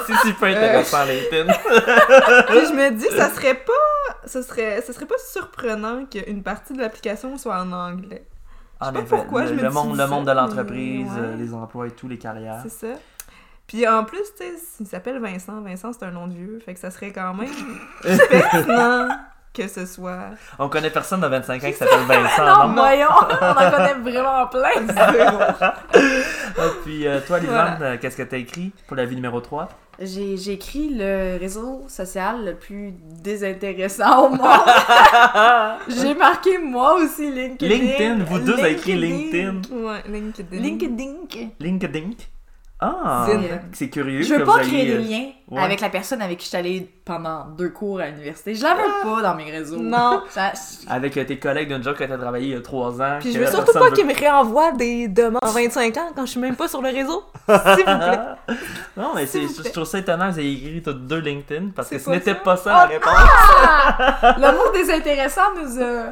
S1: c'est super intéressant,
S3: Euh,
S1: LinkedIn. Euh,
S3: Puis je me dis, ça serait pas, ce serait, ce serait pas surprenant qu'une partie de l'application soit en anglais.
S1: En
S3: pas
S1: effet,
S3: pourquoi
S1: Ah, ben, le,
S3: je me
S1: le
S3: dis
S1: monde, le
S3: ça,
S1: monde de
S3: mais
S1: l'entreprise,
S3: ouais.
S1: euh, les emplois et tout, les carrières.
S3: C'est ça. Puis en plus, tu sais, il s'appelle Vincent. Vincent, c'est un nom de vieux. Fait que ça serait quand même pertinent que ce soit.
S1: On connaît personne de 25 ans qui s'appelle Vincent,
S2: Non,
S1: Ah, non?
S2: voyons! On en connaît vraiment plein!
S1: Ah, Puis euh, toi, Lisande,
S3: Voilà.
S1: euh, qu'est-ce que tu as écrit pour l'avis numéro 3?
S2: J'ai j'ai écrit le réseau social le plus désintéressant au monde. J'ai marqué moi aussi LinkedIn.
S1: LinkedIn, vous deux avez écrit
S2: LinkedIn.
S1: LinkedIn.
S3: Ouais, LinkedIn.
S2: LinkedIn.
S1: LinkedIn. Ah,
S3: Zine.
S1: c'est curieux. euh,
S2: Je veux
S1: que
S2: pas
S1: vous
S2: créer
S1: ayez-
S2: des liens
S1: ouais.
S2: avec la personne avec qui je suis allée pendant deux cours à l'université. Je la veux
S1: Ah!
S2: pas dans mes réseaux.
S3: Non.
S2: Ça-
S1: Avec euh, tes collègues d'un job que t'as travaillé il y a trois ans.
S3: Puis
S1: que
S3: je veux
S1: la
S3: surtout pas
S1: personne
S3: qu'ils me réenvoient des demandes en 25 ans quand je suis même pas sur le réseau. S'il vous plaît.
S1: veut- Non, mais c'est-
S3: S'il vous
S1: je
S3: plaît.
S1: trouve ça étonnant que vous ayez écrit toutes deux LinkedIn parce que
S3: C'est
S1: ce
S3: pas
S1: n'était
S3: ça. Oh,
S1: pas ça la réponse.
S2: le mot désintéressant nous a.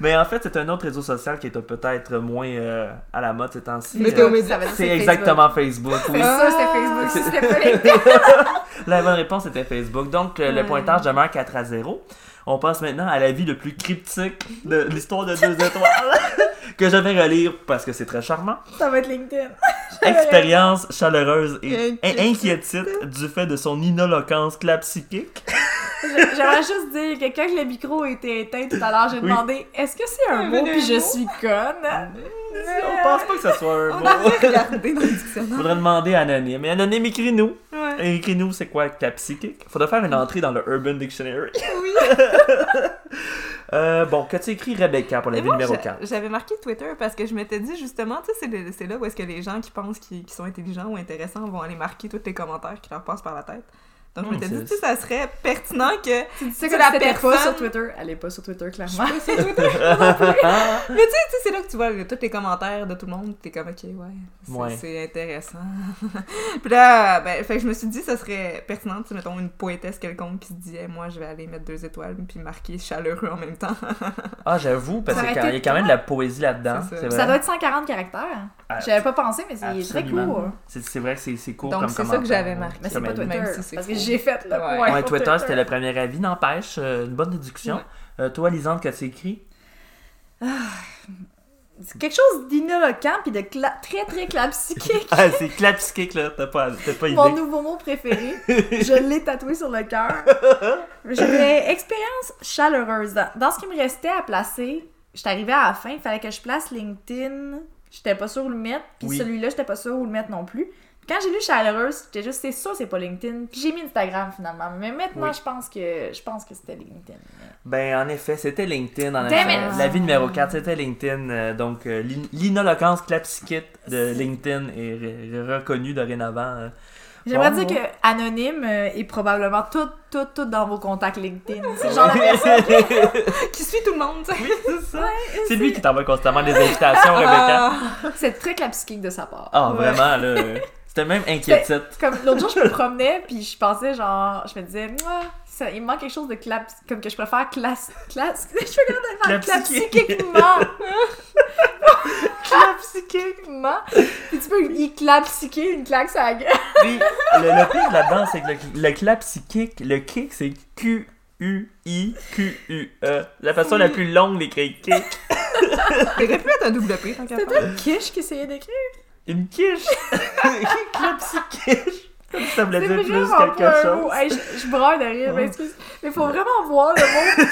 S1: Mais en fait, c'est un autre réseau social qui est peut-être moins euh, à la mode ces temps-ci.
S3: Météo
S1: Euh,
S3: Média.
S2: Ça veut dire
S1: C'est
S2: Facebook.
S1: exactement Facebook. oui.
S2: C'est ça, c'était Facebook. Si c'était pas LinkedIn.
S1: La bonne réponse était Facebook. Donc, euh, le
S3: Ouais.
S1: pointage demeure 4 à 0. On passe maintenant à l'avis le plus cryptique de l'histoire de deux étoiles que je vais relire parce que c'est très charmant.
S2: Ça va être LinkedIn.
S1: Expérience chaleureuse et
S3: Et inquiétante.
S1: inquiétite du fait de son inoloquence clapsychique.
S2: J'ai- J'aimerais juste dire que quand le micro était éteint tout à l'heure, j'ai
S1: Oui.
S2: demandé est-ce que c'est un
S3: Un
S2: mot puis je
S3: mot?
S2: suis conne
S1: On pense pas que ce soit un
S3: On
S1: mot.
S3: avait regardé dans le dictionnaire.
S1: Faudrait demander à Anonyme. Et Anonyme, écris-nous.
S3: Ouais.
S1: Écris-nous, c'est quoi clapsychique? Faudrait faire une entrée dans le Urban Dictionary.
S3: Oui.
S1: Euh, bon, que tu écris Rebecca pour la
S3: Et
S1: vie
S3: moi,
S1: numéro
S3: j'a-
S1: 4.
S3: J'avais marqué Twitter parce que je m'étais dit justement, tu sais, c'est le- c'est là où est-ce que les gens qui pensent qu'ils qu'ils sont intelligents ou intéressants vont aller marquer tous les commentaires qui leur passent par la tête. Donc, je m'étais
S1: Hmm,
S3: dit, tu
S1: c'est-
S3: sais, ça serait pertinent que.
S2: Tu dis ça
S3: C'est
S2: comme
S3: la
S2: si t'étais pas
S3: personne-
S2: sur Twitter. Elle est pas sur Twitter, clairement.
S3: Mais tu sais, tu sais, c'est là que tu vois le- tous les commentaires de tout le monde, t'es comme, ok, ouais, c'est
S1: Ouais.
S3: c'est intéressant. Puis là, ben, fait que je me suis dit, ça serait pertinent, tu sais, mettons une poétesse quelconque qui se dit, Hey, moi, je vais aller mettre deux étoiles, puis marquer chaleureux en même temps.
S1: Ah, j'avoue, parce
S2: Ça
S1: qu'il
S2: aurait
S1: y a
S2: été
S1: quand même de la poésie là-dedans.
S3: C'est ça.
S1: C'est
S2: Ça doit
S1: vrai.
S2: être 140 caractères.
S1: Ah,
S2: J'avais pas pensé, mais c'est très
S1: absolument.
S2: court.
S1: C'est c'est vrai que c'est- c'est court
S3: Donc,
S1: comme
S3: c'est ça que
S1: commentaire.
S3: j'avais marqué.
S2: Mais c'est pas
S1: Comme
S2: Twitter.
S3: Même si c'est
S2: parce que
S3: faux.
S2: j'ai fait le
S3: Ouais.
S2: point.
S1: Ouais,
S2: pour
S1: Twitter, c'était le premier avis. N'empêche, euh, une bonne déduction.
S3: Ouais.
S1: Euh, toi, Lisande, que tu écrit
S2: C'est quelque chose d'inéloquent puis de cla- très très clapsychique.
S1: Ah, c'est clapsique, là. T'as pas, t'as pas idée.
S2: Mon nouveau mot préféré. je l'ai tatoué sur le cœur. J'avais expérience chaleureuse. Dans, dans ce qui me restait à placer, j'étais arrivée à la fin, il fallait que je place LinkedIn. J'étais pas sûre où le mettre. Puis
S1: Oui.
S2: celui-là, j'étais pas sûre où le mettre non plus. Puis Quand j'ai lu chaleureuse, j'étais juste c'est sûr c'est pas LinkedIn. Puis j'ai mis Instagram finalement. Mais maintenant
S1: Oui.
S2: je pense que je pense que c'était LinkedIn.
S1: Ben, en effet, c'était LinkedIn. En
S2: Damn
S1: effet.
S2: it!
S1: La vie numéro 4, c'était LinkedIn. Euh, donc, euh, l'in- l'inoloquence clapsiquite de LinkedIn est re- re- reconnue dorénavant. euh.
S2: J'aimerais
S1: Bon,
S2: dire
S1: bon.
S2: que anonyme euh, est probablement tout tout tout dans vos contacts LinkedIn. C'est le genre de personne
S3: qui suit tout le monde, tu sais.
S1: Oui, c'est ça. C'est lui qui t'envoie constamment des invitations, Rebecca.
S3: Ah,
S2: C'est très clapsychique de sa part.
S1: Ah,
S3: Ouais.
S1: vraiment, là. C'était même inquiétante.
S2: Comme l'autre jour, je me promenais, puis je pensais, genre, je me disais, moi, ça, il me manque quelque chose de clap, comme que je préfère classe, classe, je suis capable de faire
S1: Clapsychique.
S2: clapsychiquement. clapsychiquement. Puis tu peux y clapsyquer une claque sur la gueule.
S1: Puis, le, le pire là-dedans, c'est que le, le clapsychique, le kick, c'est Q-U-I-Q-U-E. E. La façon la plus longue d'écrire kick.
S3: T'aurais pu mettre un double P, tant qu'à
S2: C'est
S3: faire.
S2: peut-être Kish qui essayait d'écrire.
S1: Une quiche! clapsychique! Comme si ça voulait
S2: C'est
S1: dire plus
S2: vraiment
S1: quelque
S2: pas un mot.
S1: chose.
S2: Hey, je, je braille de rire,
S1: Ouais.
S2: m'excuse. Mais faut vraiment voir le mot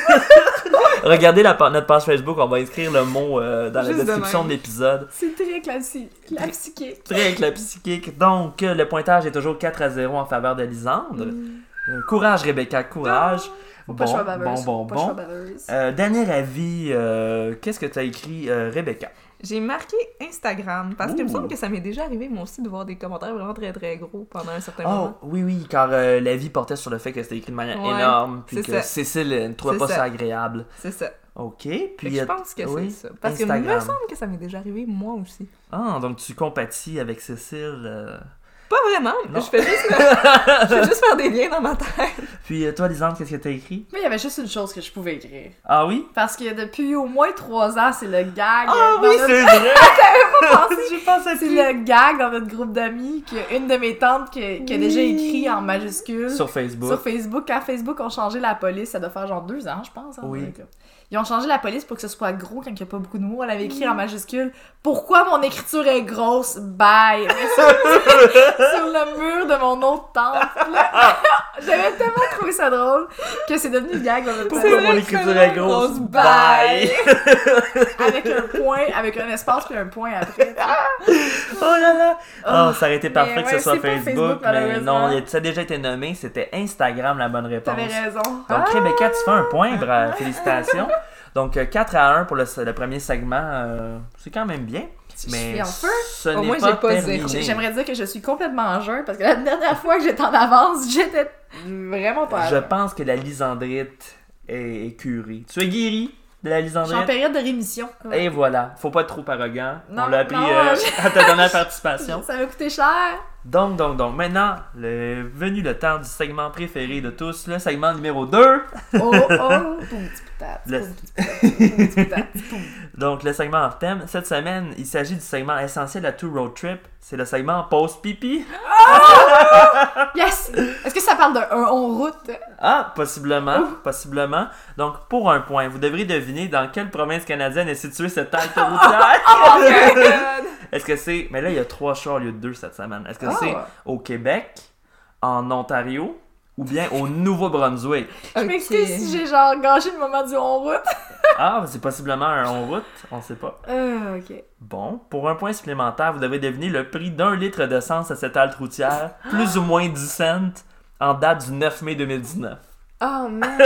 S1: Regardez la, pa- notre page Facebook, on va inscrire le mot euh, dans
S3: Juste
S1: la
S3: de
S1: description de
S3: même.
S1: l'épisode.
S2: C'est très classique. Clapsyché.
S1: Très clapsychique. Donc, euh, le pointage est toujours 4 à 0 en faveur de Lisandre.
S3: Mm.
S1: Euh, courage, Rebecca, courage.
S2: Faut pas que je sois baveuse.
S1: bon,
S2: faut pas que
S1: bon,
S2: je sois
S1: bon.
S2: baveuse.
S1: Euh, dernier avis, euh, qu'est-ce que tu as écrit, euh, Rebecca?
S3: J'ai marqué Instagram parce qu'il me
S1: Ouh.
S3: semble que ça m'est déjà arrivé moi aussi de voir des commentaires vraiment très très gros pendant un certain
S1: Oh,
S3: moment.
S1: oui, oui, car euh, l'avis portait sur le fait que c'était écrit de manière
S3: Ouais,
S1: énorme, puis
S3: c'est
S1: que
S3: ça.
S1: Cécile euh, ne trouvait
S3: C'est
S1: pas ça.
S3: ça.
S1: agréable.
S3: C'est ça.
S1: OK,
S3: Fait
S1: puis...
S3: que je
S1: euh,
S3: pense que
S1: oui,
S3: c'est ça. Parce que me
S1: Instagram.
S3: semble que ça m'est déjà arrivé moi aussi.
S1: Ah, donc tu compatis avec Cécile. euh.
S3: Pas vraiment.
S1: Non.
S3: Je fais juste je fais juste faire des liens dans ma tête.
S1: Puis euh, toi, Lisandre, qu'est-ce que t'as écrit?
S2: Mais il y avait juste une chose que je pouvais écrire.
S1: Ah oui?
S2: Parce que depuis au moins trois ans, c'est le gag.
S1: Ah
S2: euh, dans notre-
S1: vrai!
S2: pensé.
S1: Je pensais
S2: c'est
S1: plus.
S2: le gag dans notre groupe d'amis qu'une de mes tantes qui, qui a
S3: Oui.
S2: déjà écrit en majuscule sur,
S1: Sur Facebook.
S2: Facebook. Quand Facebook ont changé la police, ça doit faire genre deux ans, je pense. hein,
S1: Oui.
S2: donc, là. Ils ont changé la police pour que ce soit gros quand il n'y a pas beaucoup de mots. Elle avait écrit en majuscule Pourquoi mon écriture est grosse Bye Mais sur, sur le mur de mon autre tante. Là, J'avais tellement trouvé ça drôle que c'est devenu le gag dans notre
S1: Pourquoi
S3: C'est
S1: mon
S3: vrai que
S1: écriture
S3: ça
S1: est
S3: me
S1: grosse?
S3: grosse
S1: Bye!
S2: avec un point, avec un espace puis un point après.
S1: oh là là! Oh, ça aurait été
S2: mais
S1: parfait que
S2: ouais,
S1: ce soit
S2: c'est pas
S1: Facebook,
S2: Facebook,
S1: mais non,
S2: malheureusement.
S1: il a- ça a déjà été nommé, c'était Instagram la bonne réponse.
S2: T'avais raison. Ah,
S1: Donc, Rebecca, tu fais un point, bra- félicitations. Donc, euh, 4 à 1 pour le, le premier segment, euh, c'est quand même bien.
S2: Je
S1: Mais
S2: suis en feu.
S1: ce
S3: Au
S1: n'est
S3: moins,
S1: pas,
S3: j'ai pas zéro.
S1: terminé.
S2: J'ai- J'aimerais dire que je suis complètement en jeu parce que la dernière fois que j'étais en avance, j'étais vraiment pas à
S1: Je
S2: jeun.
S1: pense que la lysandrite est, est curée. Tu es guéri de la
S2: Je suis en
S1: lysandrite.
S2: période de rémission.
S1: Et voilà, faut pas être trop arrogant. On
S2: Non,
S1: l'a appris
S2: non,
S1: euh,
S2: je-
S1: à ta dernière participation.
S2: Ça m'a coûté cher.
S1: Donc, donc, donc, maintenant, le, venu le temps du segment préféré de tous, le segment numéro 2.
S2: Oh, oh, poum, petit poutat,
S1: Le-
S2: poum, petit poutat, poum, petit poutat, poum.
S1: Donc, le segment hors thème, cette semaine, il s'agit du segment essentiel à tout road trip. C'est le segment post-pipi.
S2: Yes! Est-ce que ça parle d'un on route?
S1: Ah, possiblement, possiblement. Donc, pour un point, vous devrez deviner dans quelle province canadienne est située cette halte routière.
S2: Oh,
S1: Est-ce que c'est... Mais là, il y a trois choix au lieu de deux cette semaine. Est-ce que
S2: Oh.
S1: c'est au Québec, en Ontario ou bien au Nouveau-Brunswick?
S2: Je m'excuse si j'ai genre gâché le moment du on route.
S1: Ah, c'est possiblement un en route, on sait pas.
S2: Euh, ok.
S1: Bon, pour un point supplémentaire, vous devrez deviner le prix d'un litre d'essence à cette halte routière, plus ou moins 10 cents, en date du 9 mai 2019.
S3: Oh man.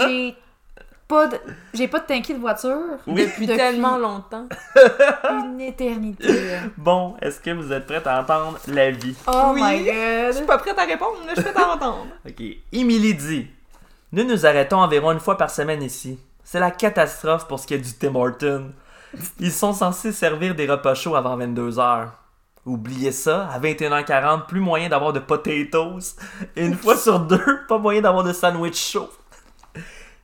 S2: J'ai pas de... J'ai pas de tanky de voiture
S1: Oui.
S3: Depuis tellement longtemps.
S2: une éternité.
S1: Bon, est-ce que vous êtes prête à entendre la vie?
S2: Oh
S3: Oui.
S2: my
S3: Je suis
S2: god.
S3: pas prête à répondre, là, je peux t'entendre.
S1: Ok. Emily dit Nous nous arrêtons environ une fois par semaine ici. C'est la catastrophe pour ce qui est du Tim Horton. Ils sont censés servir des repas chauds avant 22h. Oubliez ça, à 21h40, plus moyen d'avoir de potatoes. Et une fois sur deux, pas moyen d'avoir de sandwich chaud.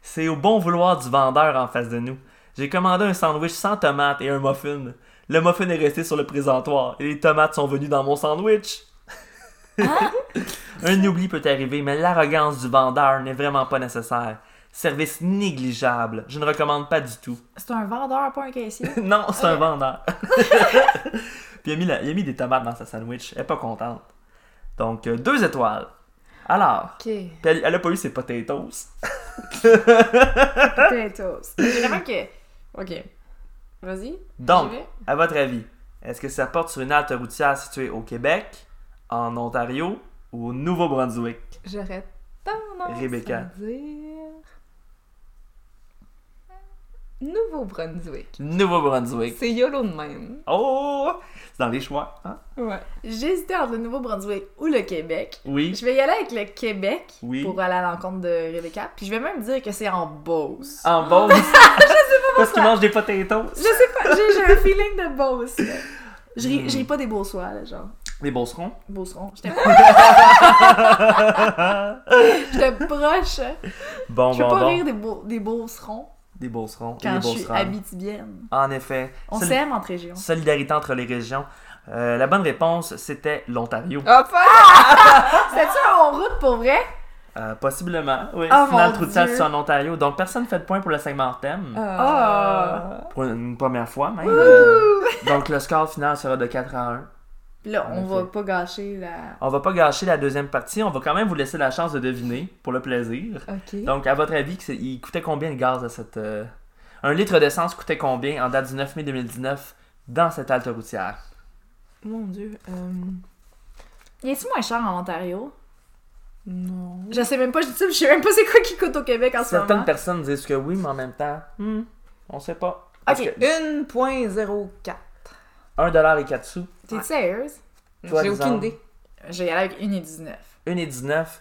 S1: C'est au bon vouloir du vendeur en face de nous. J'ai commandé un sandwich sans tomates et un muffin. Le muffin est resté sur le présentoir et les tomates sont venues dans mon sandwich. Un oubli peut arriver, mais l'arrogance du vendeur n'est vraiment pas nécessaire. Service négligeable, je ne recommande pas du tout.
S2: C'est un vendeur, pas un caissier.
S1: non, c'est un vendeur. Puis il a, mis la- il a mis des tomates dans sa sandwich, elle est pas contente. Donc, euh, deux étoiles. Alors,
S2: Ok.
S1: puis elle, elle a pas eu ses potatoes.
S2: Potatoes. Vraiment que. Ok. Vas-y.
S1: Donc,
S2: j'y vais.
S1: à votre avis, est-ce que ça porte sur une halte routière située au Québec, en Ontario ou au Nouveau-Brunswick?
S3: J'aurais tendance
S1: Rebecca.
S3: à dire... Nouveau-Brunswick.
S1: Nouveau-Brunswick.
S3: C'est YOLO de même.
S1: Oh! C'est dans les choix, hein?
S3: Ouais.
S2: J'hésitais entre le Nouveau-Brunswick ou le Québec.
S1: Oui.
S2: Je vais y aller avec le Québec
S1: Oui.
S2: pour aller à l'encontre de Rebecca. Puis je vais même dire que c'est en Beauce.
S1: En Beauce. Ah, Parce qu'ils mangent des potatoes.
S2: Je sais pas, j'ai j'ai un feeling de Beauce. là. Je ris, je ris pas des Beaucerois, là, genre.
S1: Des beaucerons.
S2: Beauceron. J'étais J'étais proche. hein.
S1: Bon,
S2: Je peux
S1: bon,
S2: pas
S1: bon.
S2: rire des, beaux, des Beaucerons
S1: Des beaucerons. et
S2: quand
S1: des
S2: je suis
S1: beauceronnes.
S2: habitibienne.
S1: En effet.
S2: On
S1: Soli-
S2: s'aime entre régions.
S1: Solidarité entre les régions. Euh, la bonne réponse, c'était l'Ontario.
S3: Enfin!
S2: C'était-tu en route pour vrai?
S1: Euh, possiblement, oui.
S2: Oh,
S1: Sinon,
S2: mon
S1: le trou de sable,
S2: Dieu.
S1: c'est en Ontario. Donc, personne ne fait de point pour le segment thème.
S3: Ah.
S1: Pour une première fois, même. Euh, donc, le score final sera de 4 à 1.
S2: Puis là,
S1: En
S2: on va
S1: effet.
S2: pas gâcher la.
S1: On va pas gâcher la deuxième partie. On va quand même vous laisser la chance de deviner, pour le plaisir.
S3: Ok.
S1: Donc, à votre avis, que c'est- il coûtait combien le gaz à cette... euh, Un litre d'essence coûtait combien en date du 9 mai 2019 dans cette halte routière?
S3: Mon Dieu. euh,
S2: Y a-tu moins cher en Ontario?
S3: Non.
S2: Je sais même pas, je dis ça, je sais même pas c'est quoi qui coûte au Québec en ce
S1: Certaines
S2: moment.
S1: personnes disent que oui, mais en même temps, hmm, on sait pas. Parce
S2: Ok,
S1: que
S3: 1.04.
S1: 1,04 sous,
S2: t'es sérieuse?
S1: Toi,
S3: J'ai aucune
S1: Lisande.
S3: idée.
S2: Je vais y aller avec 1,19.
S1: 1,19.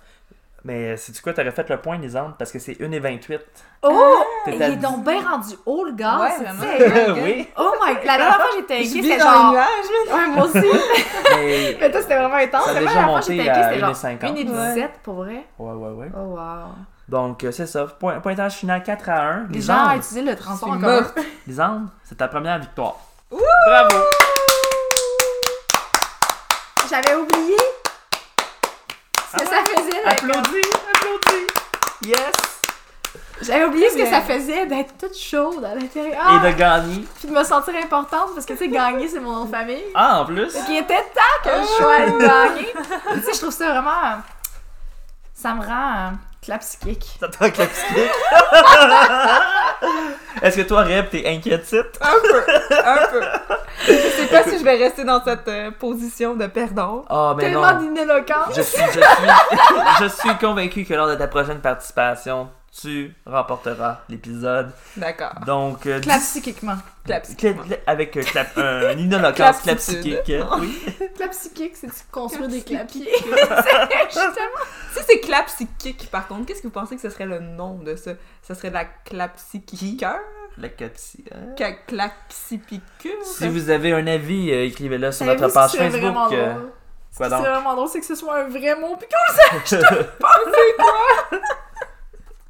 S1: Mais c'est tu quoi, t'aurais fait le point, Lisande, parce que c'est 1,28.
S2: Oh!
S1: T'es
S2: Il
S1: à
S2: est donc bien rendu haut le gaz!
S3: Ouais, vraiment.
S2: c'est sérieux.
S1: oui,
S2: Oh my god! La dernière fois j'étais
S3: Je
S2: inquiète,
S3: vis
S2: c'était
S3: dans les
S2: genre.
S3: nuages, là.
S2: Ouais, moi aussi!
S1: mais
S2: Mais toi c'était vraiment intense.
S1: ça a
S2: La
S1: déjà
S2: dernière fois,
S1: monté
S2: j'étais inquiète,
S1: à
S2: c'était genre
S1: 1,50.
S2: 1,17 pour vrai.
S1: Ouais, ouais, ouais.
S2: Oh wow.
S1: Donc, euh, c'est ça. Point, pointage final 4 à 1.
S2: Les gens ont
S1: Lisande,
S2: utilisé le transport en
S3: suis
S2: commun.
S3: morte.
S1: Lisande, c'est ta première victoire. Bravo!
S2: J'avais oublié ce que
S1: Ah
S2: ça faisait. là.
S1: Applaudis, applaudis! Yes!
S2: J'avais oublié ce que
S3: Mais-
S2: ça faisait d'être toute chaude à l'intérieur. Ah!
S1: Et de gagner.
S2: Puis de me sentir importante parce que tu sais, gagner c'est mon nom de famille.
S1: Ah, en plus!
S2: Qui était temps que je sois
S1: Oh!
S2: allée gagner. tu sais, je trouve ça vraiment. euh, Ça me rend euh, clapsiquique.
S1: Ça t'a clapsqué. Est-ce que toi, Reb, t'es inquiétite?
S3: Un peu. Un peu. Je sais pas si je vais rester dans cette euh, position de perdant.
S1: Ah, mais
S2: Tellement
S1: non.
S2: d'inéloquence.
S1: Je suis, je suis, je suis convaincu que lors de ta prochaine participation, tu remporteras l'épisode.
S3: D'accord.
S1: Donc, euh,
S2: Clapsiquiquement.
S1: dis-
S3: Clapsique.
S1: cla- cla- avec euh, clap, euh, une inoloquence
S3: Clapsitude.
S1: clapsiquique. Oui.
S2: Clapsiquique, c'est tu construis des clapiers.
S3: Clapsiquique.
S2: Justement.
S3: Si c'est clapsiquique, par contre, qu'est-ce que vous pensez que ce serait le nom de ça? Ce serait de la clapsiquiqueur?
S1: La clapsi- hein.
S3: Ca- Clapsipiqûre?
S1: Si vous avez un avis, euh, écrivez-le sur
S2: Savez-vous
S1: notre
S2: ce
S1: page
S2: qui serait vraiment
S1: Facebook. euh,
S2: drôle? Ce
S1: quoi
S2: qui serait
S1: donc?
S2: vraiment drôle, c'est que ce soit un vrai mot. Puis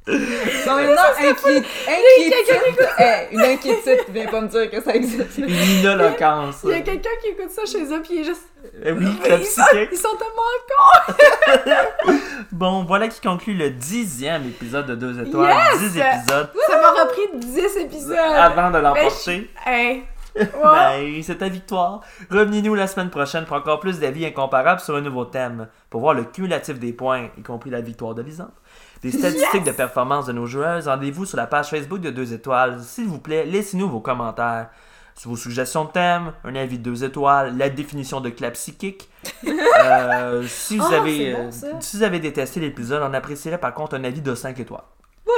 S3: En même temps, inquié- inquiétude. Hey, une inquiétude, viens pas me dire que ça existe.
S1: Une inoloquence.
S2: qu'il y a quelqu'un qui écoute ça chez eux, puis il est juste.
S1: Euh, Oui,
S2: Ils sont,
S1: clapsiquique.
S2: ils sont tellement
S1: Bon, voilà qui conclut le dixième épisode de Deux Étoiles.
S2: Yes!
S1: Dix épisodes
S2: Ça m'a repris 10 épisodes.
S1: avant de l'emporter.
S2: Hey. Wow.
S1: Ben, c'est ta victoire. Revenez-nous la semaine prochaine pour encore plus d'avis incomparables sur un nouveau thème, pour voir le cumulatif des points, y compris la victoire de Lisande. Des statistiques de performance de nos joueuses, rendez-vous sur la page Facebook de Deux Étoiles. S'il vous plaît, laissez-nous vos commentaires. Sur vos suggestions de thèmes, un avis de deux étoiles, la définition de clap psychique. Euh, si, vous
S2: Ah,
S1: avez,
S2: c'est bon,
S1: euh,
S2: ça.
S1: si vous avez détesté l'épisode, on apprécierait par contre un avis de 5 étoiles.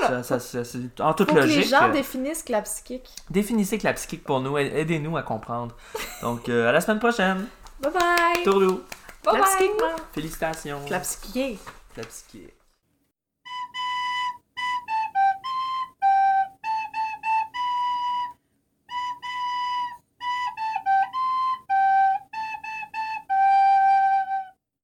S1: Ça- ça- ça- c'est- en toute
S2: Faut que
S1: logique.
S2: les gens
S1: euh,
S2: définissent que la psychique.
S1: Définissez que la psychique pour nous, aide- aidez-nous à comprendre. Donc, euh, à la semaine prochaine.
S2: Bye bye!
S1: Tourlou.
S2: La psychique, non.
S1: Félicitations.
S2: La psychique.
S1: La psychique.